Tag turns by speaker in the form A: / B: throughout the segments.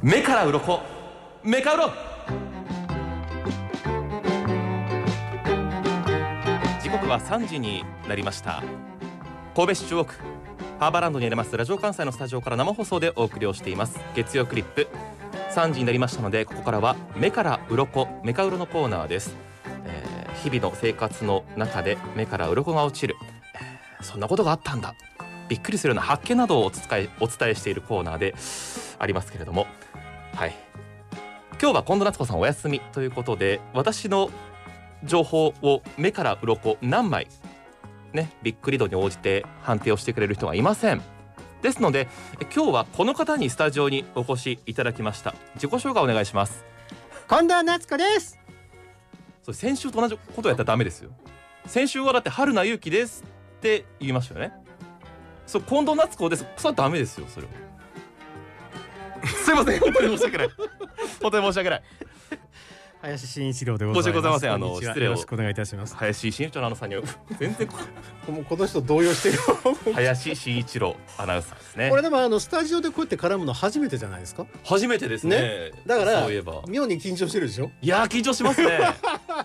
A: 目から鱗メカウロ時刻は3時になりました神戸市中央区ハーバーランドにありますラジオ関西のスタジオから生放送でお送りをしています月曜クリップ3時になりましたのでここからは目から鱗メカウロのコーナーです、えー日々の生活の中で目から鱗が落ちる、えーそんなことがあったんだびっくりするような発見などをお伝えお伝えしているコーナーでありますけれどもはい今日は近藤夏子さんお休みということで私の情報を目から鱗何枚ねびっくり度に応じて判定をしてくれる人がいませんですのでえ今日はこの方にスタジオにお越しいただきました自己紹介お願いします
B: 近藤夏子です
A: それ先週と同じことやったらダメですよ先週はだって春名ゆきですって言いましたよねそう近藤夏子ですそれはダメですよそれはすいません本当に申し 訳ない本当に申し訳ない
B: 林真一郎でご
A: 申し訳ございませんあの
B: こにちは
A: 失礼を
B: よろしくお願いいたします
A: 林真一郎のアナウンサーには全然
B: もうこの人動揺してる
A: 林真一郎アナウンサーですね
B: これでもあのスタジオでこうやって絡むの初めてじゃないですか
A: 初めてですね
B: だから
A: そういえば
B: 妙に緊張してるでしょ
A: いやー緊張しますね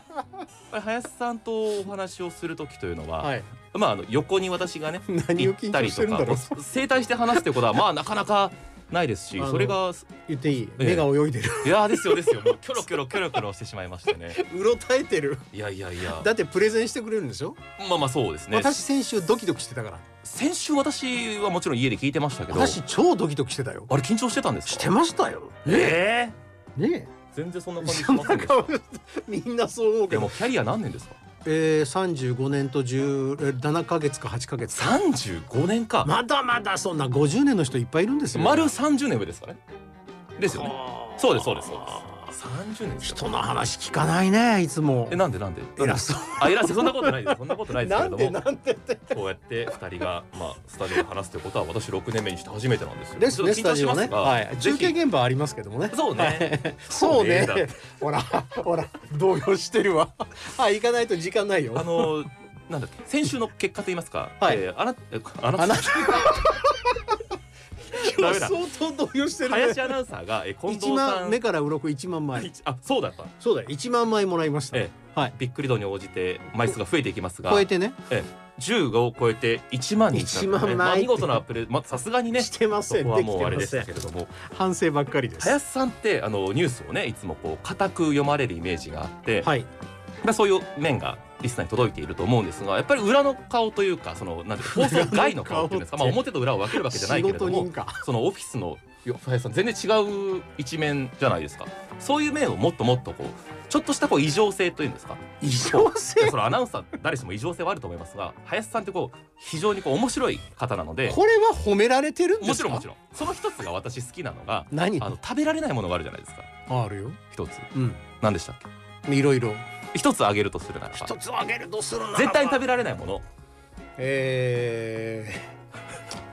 A: これ林さんとお話をする時というのは、
B: はい
A: まああの横に私がね
B: 何を
A: 行
B: 緊
A: った
B: 張
A: り
B: してる
A: と
B: んだ
A: か
B: ろう
A: 整体して話すということはまあなかなかないですし
B: あの
A: それが
B: 言っていい
A: ええ
B: 目が泳いでる
A: いやーですよですよもうキョロキョロキョロキョロしてしまいましてね
B: うろたえてる
A: いやいやいや
B: だってプレゼンしてくれるんでしょ
A: まあまあそうですね
B: 私先週ドキドキしてたから
A: 先週私はもちろん家で聞いてましたけどあれ
B: 私超ドキドキしてたよ
A: 緊張してたんですか
B: してましたよ
A: ええ
B: ね
A: 全然そんな
B: え
A: 感じし
B: そん
A: ませ
B: なん
A: でした
B: 顔 みんなそう思うけ
A: でも
B: ど
A: キャリア何年ですか
B: えー35年と17ヶ月か8ヶ月
A: 35年か、
B: まだまだそんな50年の人いっぱいいるんですよ
A: 丸30年上ですかねですよね
B: あー
A: そうですそうですそうです30年ですよ
B: 人の話聞かないねいつも
A: えなんでなんで
B: 偉そう
A: あ偉そうそんなことないですそんなことないですけれども
B: んでって
A: こうやって二人がまあスタジオで話すということは私6年目にして初めてなんですよ
B: ですねス
A: ちょ
B: タ
A: っと緊張
B: ジ
A: しま
B: オね
A: すが、
B: はい
A: ぜ
B: 中
A: ひ
B: 継現場ありますけどもね
A: そうね、
B: そうね
A: そうね
B: ほらほら動揺してるわはい行かないと時間ないよ
A: あのなんだっけ先週の結果と言いますか、
B: はい
A: えーあなえあな
B: あなた
A: ダメだ
B: 相当動揺してるね
A: 林アナウンサーが、えー、近藤
B: 一
A: さ
B: 万
A: ん
B: 目から鱗一万枚
A: 一あそうだった
B: そうだよ一万枚もらいました
A: え
B: はい
A: びっくり度に応じて枚数が増えていき ますが
B: 超えてね
A: 15を超えて1万人になったので
B: 1万枚
A: まあ、見事なプレーまあさすがにね
B: してま
A: そ
B: せん
A: こは
B: で
A: も
B: き
A: う
B: て
A: あれ
B: ま
A: で
B: せ
A: した
B: ん
A: けれども
B: 反省ばっかりです
A: 林さんってあのニュースをねいつもこう固く読まれるイメージがあって、
B: はい
A: まあ、そういう面がリスナーに届いていると思うんですがやっぱり裏の顔というかそのなんて いうか放送外の顔っていうんですか、まあ、
B: 裏の
A: 表と裏を分けるわけじゃな
B: 仕
A: いけれど
B: 事
A: も
B: 人か
A: そのオフィスのよ林さん全然違う一面じゃないですかそういう面をもっともっとこうちょっとしたこう異常性というんですか
B: 異常
A: いや
B: 性
A: そのアナウンサー誰しも異常性はあると思いますが林さんってこう非常にこう面白い方なので
B: これは褒められてるんで
A: も
B: す
A: ち
B: か
A: ろんもちろんその一つが私好きなのが
B: 何
A: あの食べられないものがあるじゃないですか
B: あるよ
A: 一つ
B: うん
A: 何でしたっけ
B: いろいろ
A: 一つあげるとするならば
B: つあげるとするならば
A: 絶対に食べられないもの
B: え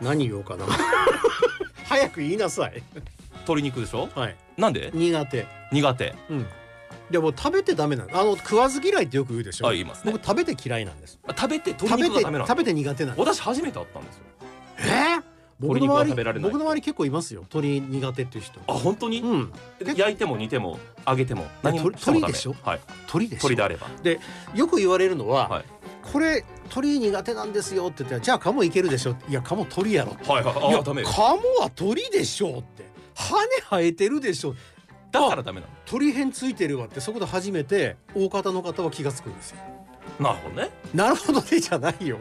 B: ー、 何言おうかな早く言いなさい
A: 鶏肉でしょ
B: はい
A: なんで
B: 苦手
A: 苦手
B: うんでも食べてダメなのあの食わず嫌いってよく言うでしょ
A: あ言いますね
B: 僕食べて嫌いなんです
A: あ食べて
B: 食
A: 鶏
B: べ
A: 肉が
B: て
A: ダメなの
B: 食べて苦手なんです
A: 私初めて会ったんですよ
B: えー、
A: 鶏肉
B: 僕の
A: は
B: 周
A: 食べられ
B: り
A: ない
B: 僕の周り結構いますよ鳥苦手っていう人
A: あ本当に
B: うん結構
A: 焼いても煮ても揚げても何も
B: 鳥
A: してもダメ
B: 鳥でしょ
A: はい
B: 鳥でしょ
A: 鳥であれば
B: よく言われるのは、
A: はい
B: これ鳥苦手なんですよって言ったらじゃあカモいけるでしょいやカモ鳥やろ
A: はいはい
B: い
A: あ
B: や
A: あダメよ
B: カモは鳥でしょうって羽生えてるでしょ
A: だからダメな
B: 鳥編ついてるわってそこで初めて大方の方は気がつくんですよ
A: のなるほどね
B: なるほどねじゃないよ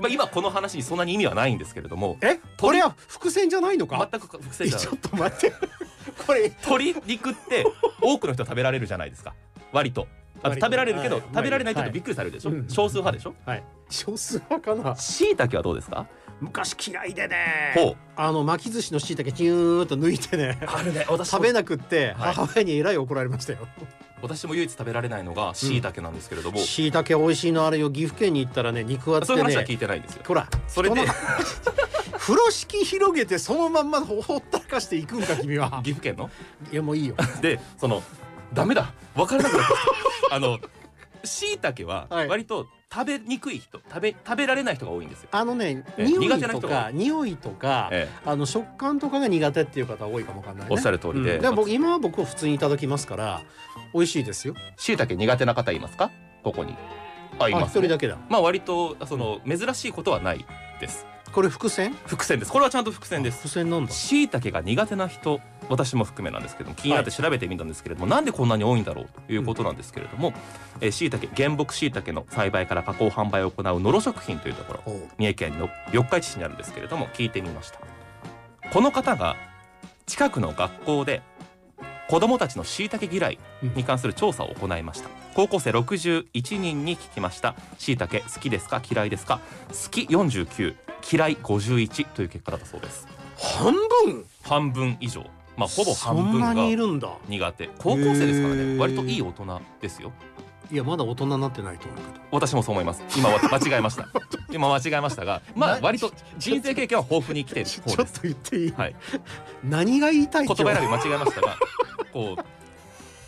A: まあ今この話にそんなに意味はないんですけれども
B: えこれは伏線じゃないの
A: 全
B: か
A: く伏
B: え
A: 線
B: ち
A: じゃない
B: ょっと待って これ
A: 鶏肉って多くの人は食べられるじゃないですか割とあと
B: 割と
A: 食べられるけど
B: はい
A: 食べられない人
B: はい
A: びっくりされるでしょ、
B: うん
A: 少数派でしょ
B: はい少数派かな
A: しいたけはどうですか
B: 昔嫌いでね
A: ほう
B: あの巻き寿司のしいたけチューッと抜い てね
A: あれね私
B: 食べなくって
A: はい
B: 母親にえらい怒られましたよ
A: 私も唯一食べられないのがしいたけなんですけれども、
B: しいたけ美味しいのあるよ岐阜県に行ったらね肉厚
A: そういう
B: で
A: 話は
B: ね
A: 聞いてないんですよ
B: ほら
A: それで
B: 人の風呂敷広げてそのまんまほったらかしていくんか 君は
A: 岐阜県の
B: いやもういいよ
A: で そのダメだ分からなくなってきたあのしいたけは
B: はい
A: 割と食べにくい人食べ食べられない人が多いんですよ。
B: あのね
A: え
B: 匂
A: 苦
B: い
A: 手な
B: と
A: 人が
B: か匂いとか、
A: え
B: あの食感とかが苦手っていう方は多いかもわかんない、
A: え
B: ね、
A: おっしゃる通りで、
B: うんも僕今は僕は普通にいただきますから美味しいですよ
A: しいたけ苦手な方いますかここにあい
B: あ
A: ま
B: 一
A: す、
B: 人
A: ね、
B: だけだ
A: まあ割とその珍しいことはないです
B: これ伏線
A: 伏線ですこれはちゃんと伏線です
B: 伏線なんだ
A: しいたけが苦手な人私も含めなんですけども気になって調べてみたんですけれども、なんでこんなに多いんだろうということなんですけれどもしいたけ原木しいたけの栽培から加工販売を行う野呂食品というところ
B: おう
A: 三重県の四日市市にあるんですけれども聞いてみましたこの方が近くの学校で子どもたちのしいたけ嫌いに関する調査を行いました高校生61人に聞きましたしいたけ好きですか嫌いですか好き49嫌い51という結果だったそうです
B: 半分
A: 半分以上まあほぼ半
B: そん
A: 分
B: な
A: が
B: にいるんだ
A: 苦手高校生ですから
B: へ
A: ね
B: ー
A: 割といい大人ですよ
B: いやまだ大人になってないと思うけど
A: 私もそう思います今わ間違えました今間違えましたがまあ
B: な
A: 割と人生経験は豊富に生きている
B: ち
A: 方
B: ょちょ
A: で
B: っ
A: す
B: と言っていい、
A: はい
B: 何が言いたい
A: 言葉
B: 今日
A: 選び間違えましたがこ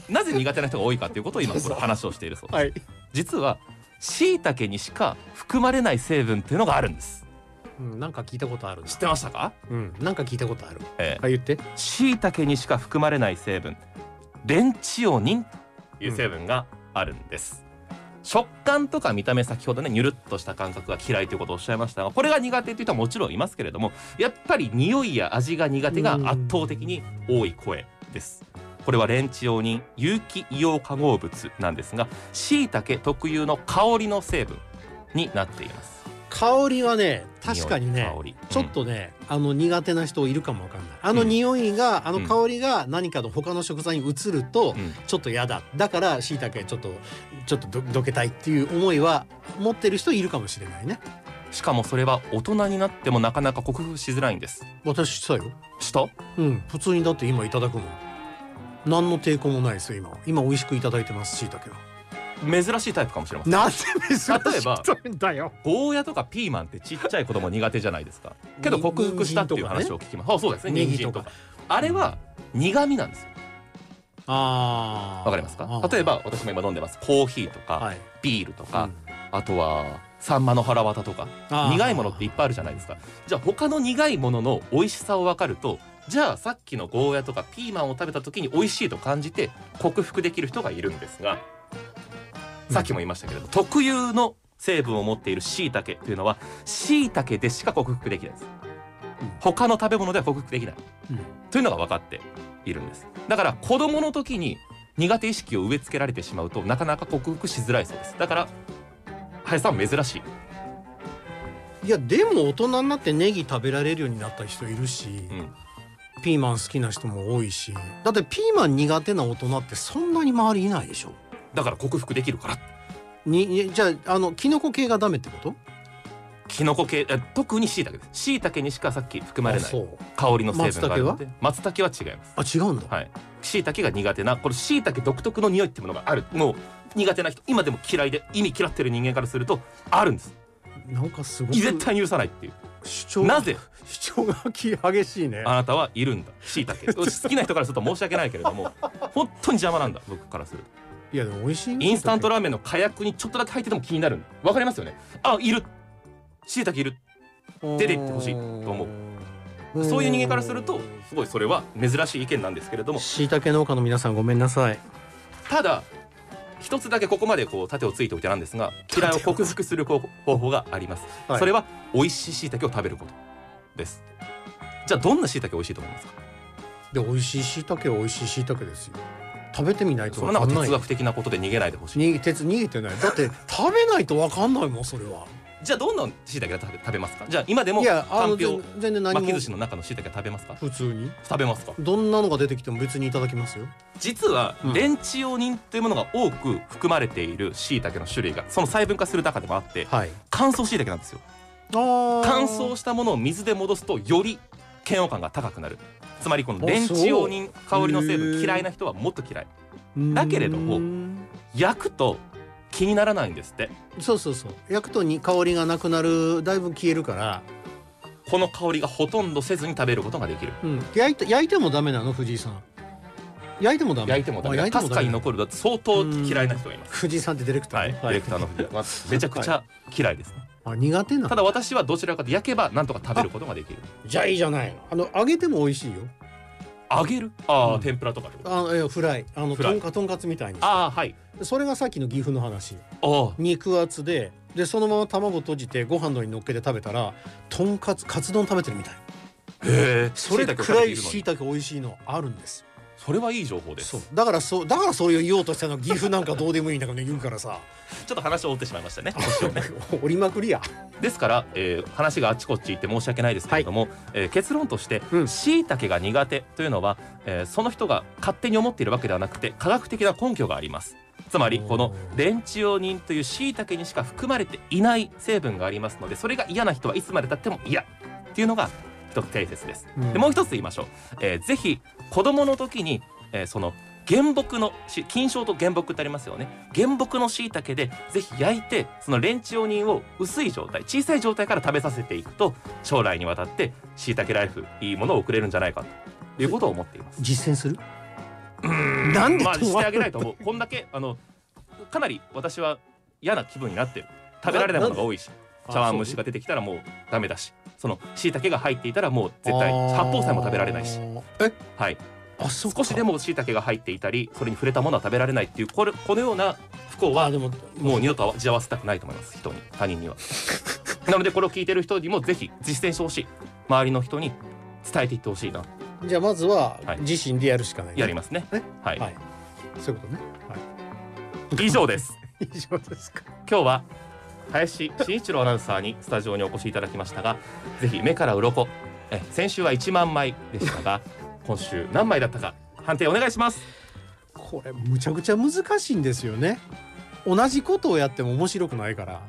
A: うなぜ苦手な人が多いかということを今これ話をしているそうです、
B: はい、
A: 実は椎茸にしか含まれない成分っていうのがあるんです
B: うん、なんか聞いたことあるな
A: 知ってましたか、
B: うん、なんか聞いたことある
A: ええ
B: あ言って
A: 椎茸にしか含まれない成分レンチオニンという成分があるんです、食感とか見た目先ほどねにゅるっとした感覚が嫌いということをおっしゃいましたがこれが苦手という人はもちろんいますけれどもやっぱり匂いや味が苦手が圧倒的に多い声ですこれはレンチオニン有機硫黄化合物なんですが椎茸特有の香りの成分になっています
B: 香りはね確かにね
A: 匂い香り
B: ちょっとね、あの苦手な人いるかもわかんないあの匂いが、あの香りが何かの他の食材に移ると、
A: うん
B: ちょっと嫌だだからしいたけちょっとちょっとどどけたいっていう思いは持ってる人いるかもしれないね
A: しかもそれは大人になってもなかなか克服しづらいんです
B: 私さよ
A: した
B: うん普通にだって今いただくもん何の抵抗もないですよ今は今美味しくいただいてますしいたけは
A: 珍しいタイプかもしれません
B: なんで珍し
A: 例えば
B: いんだよ
A: ゴーヤとかピーマンってちっちゃい子供苦手じゃないですかけど
B: に
A: 克服したっていう
B: 人参とかね
A: 話を聞きます、あそうですね
B: ネ
A: 人
B: ギ
A: 参
B: と
A: と
B: か
A: かあれは苦味なんですよ
B: あー
A: わかりますか
B: あー
A: 例えば私も今飲んでますコーヒーとか、
B: はい
A: ビールとか、
B: うん
A: あとはサンマの腹渡とか
B: あー
A: 苦いものっていっぱいあるじゃないですかじゃあ他の苦いものの美味しさを分かるとじゃあさっきのゴーヤとかピーマンを食べた時に美味しいと感じて克服できる人がいるんですがさっきも言いましたけれど、特有の成分を持っている椎茸というのは椎茸でしか克服できないです、
B: うん
A: 他の食べ物では克服できない、
B: うん
A: というのが分かっているんですだから子どもの時に苦手意識を植え付けられてしまうとなかなか克服しづらいそうですだから林さんは珍しい
B: いやでも大人になってネギ食べられるようになった人いるし、
A: うん
B: ピーマン好きな人も多いしだってピーマン苦手な大人ってそんなに周りいないでしょ
A: だから克服できるから
B: ににじゃああのキノコ系がダメってこと
A: キノコ系え特に椎茸です椎茸にしかさっき含まれな
B: あそ
A: いう香りの成分があるので松茸は違います
B: あ違うんだ、
A: はい椎茸が苦手なこれ椎茸独特の匂いってものがあるもう苦手な人今でも嫌いで意味嫌ってる人間からするとあるんです
B: なんかすごく
A: 絶対に許さないっていう
B: 主張
A: なぜ
B: 主張が激しいね
A: あなたはいるんだ椎 茸好きな人からすると申し訳ないけれども本当に邪魔なんだ僕からすると
B: いやでも美味しいよ
A: インスタントラーメンの火薬にちょっとだけ入ってても気になるわかりますよねあいる椎茸いる出て行ってほしいと思
B: ん
A: そういう人間からするとすごいそれは珍しい意見なんですけれども
B: 椎茸農家の皆さんごめんなさい
A: ただ一つだけここまでこう盾をついておいてなんですが嫌いを克服する方方法があります、
B: はい
A: それは美味しい椎茸を食べることですじゃあどんな椎茸美味しいと思いますか
B: で美味しい椎茸は美味しい椎茸ですよ食べてみないと
A: その
B: 分
A: な
B: か
A: ん
B: ん
A: か
B: な
A: 哲
B: い
A: 学的なことで逃げないでほしい
B: 逃げ鉄逃げてないだって食べないと分かんないもんそれは
A: じゃあどんな椎茸が食べ食べますかじゃあ今でも
B: いや
A: か
B: あの
A: んぴょ
B: 全
A: う
B: 全然何
A: 巻き
B: も
A: 寿司の中の椎茸食べますか
B: 普通に
A: 食べますか
B: どんなのが出てきても別にいただきますよ
A: 実は
B: うん
A: レンチオニンというものが多く含まれている椎茸の種類がその細分化する中でもあって
B: はい
A: 乾燥椎茸なんですよ乾
B: 乾
A: 燥したものを水で戻すとより嫌悪感が高くなるつまりこのレンチオニン香りの成
B: へ
A: 分
B: ー
A: 嫌いな人はもっと嫌いだけれども焼くと気にならないんですって
B: そうそうそう焼くとに香りがなくなるだいぶ消えるから、
A: この香りがほとんどせずに食べることができる
B: うん、焼いて焼いてもダメなの藤井さん焼いてもダメ
A: 焼いてもダメだかすかに残るだって相当嫌いな人がいます
B: 富士山ってディレクタ
A: は
B: ー
A: い
B: ね、
A: ディレクターの藤田はめちゃくちゃ嫌いですね
B: あ苦手な
A: た
B: の
A: だ私はどちらかというと焼けばなんとか食べることができる
B: じゃあいいじゃないのあの揚げても美味しいよ
A: 揚げるああ、
B: うん
A: 天ぷらとかってこと
B: あのいやフライあの
A: フ
B: と
A: ライ
B: んかとんかつみたいに
A: ああはい
B: それがさっきの岐阜の話
A: あ
B: 肉厚ででそのまま卵閉じてご飯の上に乗っけて食べたらとんかつカツ丼食べてるみたい
A: あへえ
B: それ
A: 椎茸を
B: く
A: 食べ
B: ら
A: てい
B: い
A: るの
B: しい
A: に
B: たけ美味しいのあるんですよ
A: それはいい情報です
B: そうだからそうだからそういう言おうとしたの岐阜なんかどうでもいいんだから言うからさ
A: ちょっと話を折ってしまいましたね
B: 折りまくりや
A: ですから、えー話があっちこっち行って申し訳ないですけれども、えー結論として
B: うん
A: しいたけが苦手というのは、えーその人が勝手に思っているわけではなくて科学的な根拠がありますつまりこの電池用人というしいたけにしか含まれていない成分がありますのでそれが嫌な人はいつまでたっても嫌っていうのが一つ定説です
B: うん
A: でもう一つ言いましょう、えーぜひ子供の時に、えーその原木のし菌床と原木ってありますよね原木のしいたけでぜひ焼いてそのレンチオニンを薄い状態小さい状態から食べさせていくと将来にわたってしいたけライフいいものを送れるんじゃないかということを思っています
B: 実践するなんで
A: まあしてあげないと思うこんだけあのかなり私は嫌な気分になってる食べられないものが多いし茶碗蒸しが出てきたらもうダメだしそのしいたけが入っていたらもう絶対八宝菜も食べられないし
B: あーえ
A: はい
B: あそっ
A: 少
B: か
A: しでも椎茸が入っていたりそれに触れたものは食べられないっていうこれこのような不幸
B: あ
A: は
B: でも
A: もう二度と味合わせたくないと思います人に他人には なのでこれを聞いてる人にもぜひ実践してほしい周りの人に伝えていってほしいな
B: じゃあまずは
A: はい
B: 自身でやるしかない、
A: やりますね
B: え
A: はい、
B: はいそういうことね
A: 以上です
B: 以上ですか
A: 今日は林真一郎アナウンサーにスタジオにお越しいただきましたがぜひ目から鱗え先週は1万枚でした が今週何枚だったか判定お願いします
B: これむちゃくちゃ難しいんですよね同じことをやっても面白くないから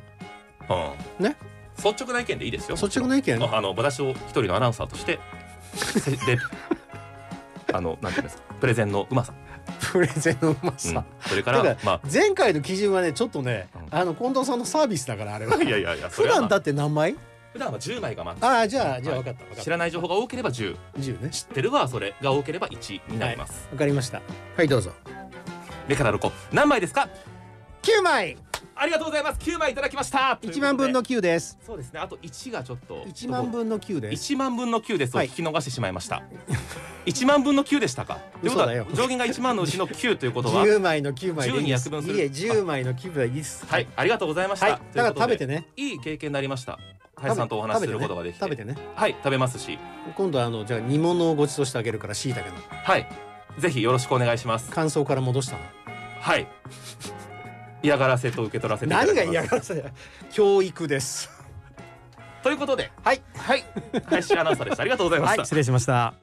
A: うん
B: ね
A: 率直な意見でいいですよ
B: 率直な意見
A: ああの私を一人のアナウンサーとして であのなんていうんですかプレゼンのうまさ、
B: プレゼンのうま
A: うん
B: さ、
A: それから
B: だか
A: ま
B: 前回の基準はねちょっとね、
A: うん
B: あの近藤さんのサービスだからあれは
A: あいやいやいやそ
B: 普
A: れは、ま
B: 段
A: あ
B: だって何枚
A: 普段は10枚がま
B: ああじゃあじゃあ
A: はい
B: 分かった分か
A: あ
B: っ
A: 知
B: た
A: らない情報が多ければ10
B: 10ね
A: 知ってるはそれが多ければ1になります、
B: 分かりましたはいどうぞ
A: 目から鱗何枚ですか
B: 9枚
A: ありがとうございます9枚いただきましたということで
B: 1万分の9です
A: そうですねあと1がちょっと
B: 1万分の9です
A: 1万分の9ですを
B: はい
A: 聞き逃してしまいました、1万分の9でしたかということ
B: 嘘だよ
A: は上限が1万のうちの9ということは
B: 10枚の9枚でいいで
A: 10に約
B: す
A: 分する
B: いえ10枚の9枚でいいです
A: はいありがとうございました、
B: はい
A: という
B: だから
A: ことで
B: 食べてね
A: いい経験になりました。
B: 食べ
A: 林さんとお話しすることができて、
B: 食べてね食べて
A: はい、食べますし、
B: ね今度はあのじゃあ煮物をごちそうしてあげるからしいたけの
A: はい、ぜひよろしくお願いします。
B: 感想から戻したの
A: はい。嫌がらせと受け取らせていただき
B: 何
A: ます
B: が嫌がらせだよ教育です
A: ということで、
B: はい
A: はい、林アナウンサーでした。ありがとうございまし
B: はい
A: た。
B: 礼しました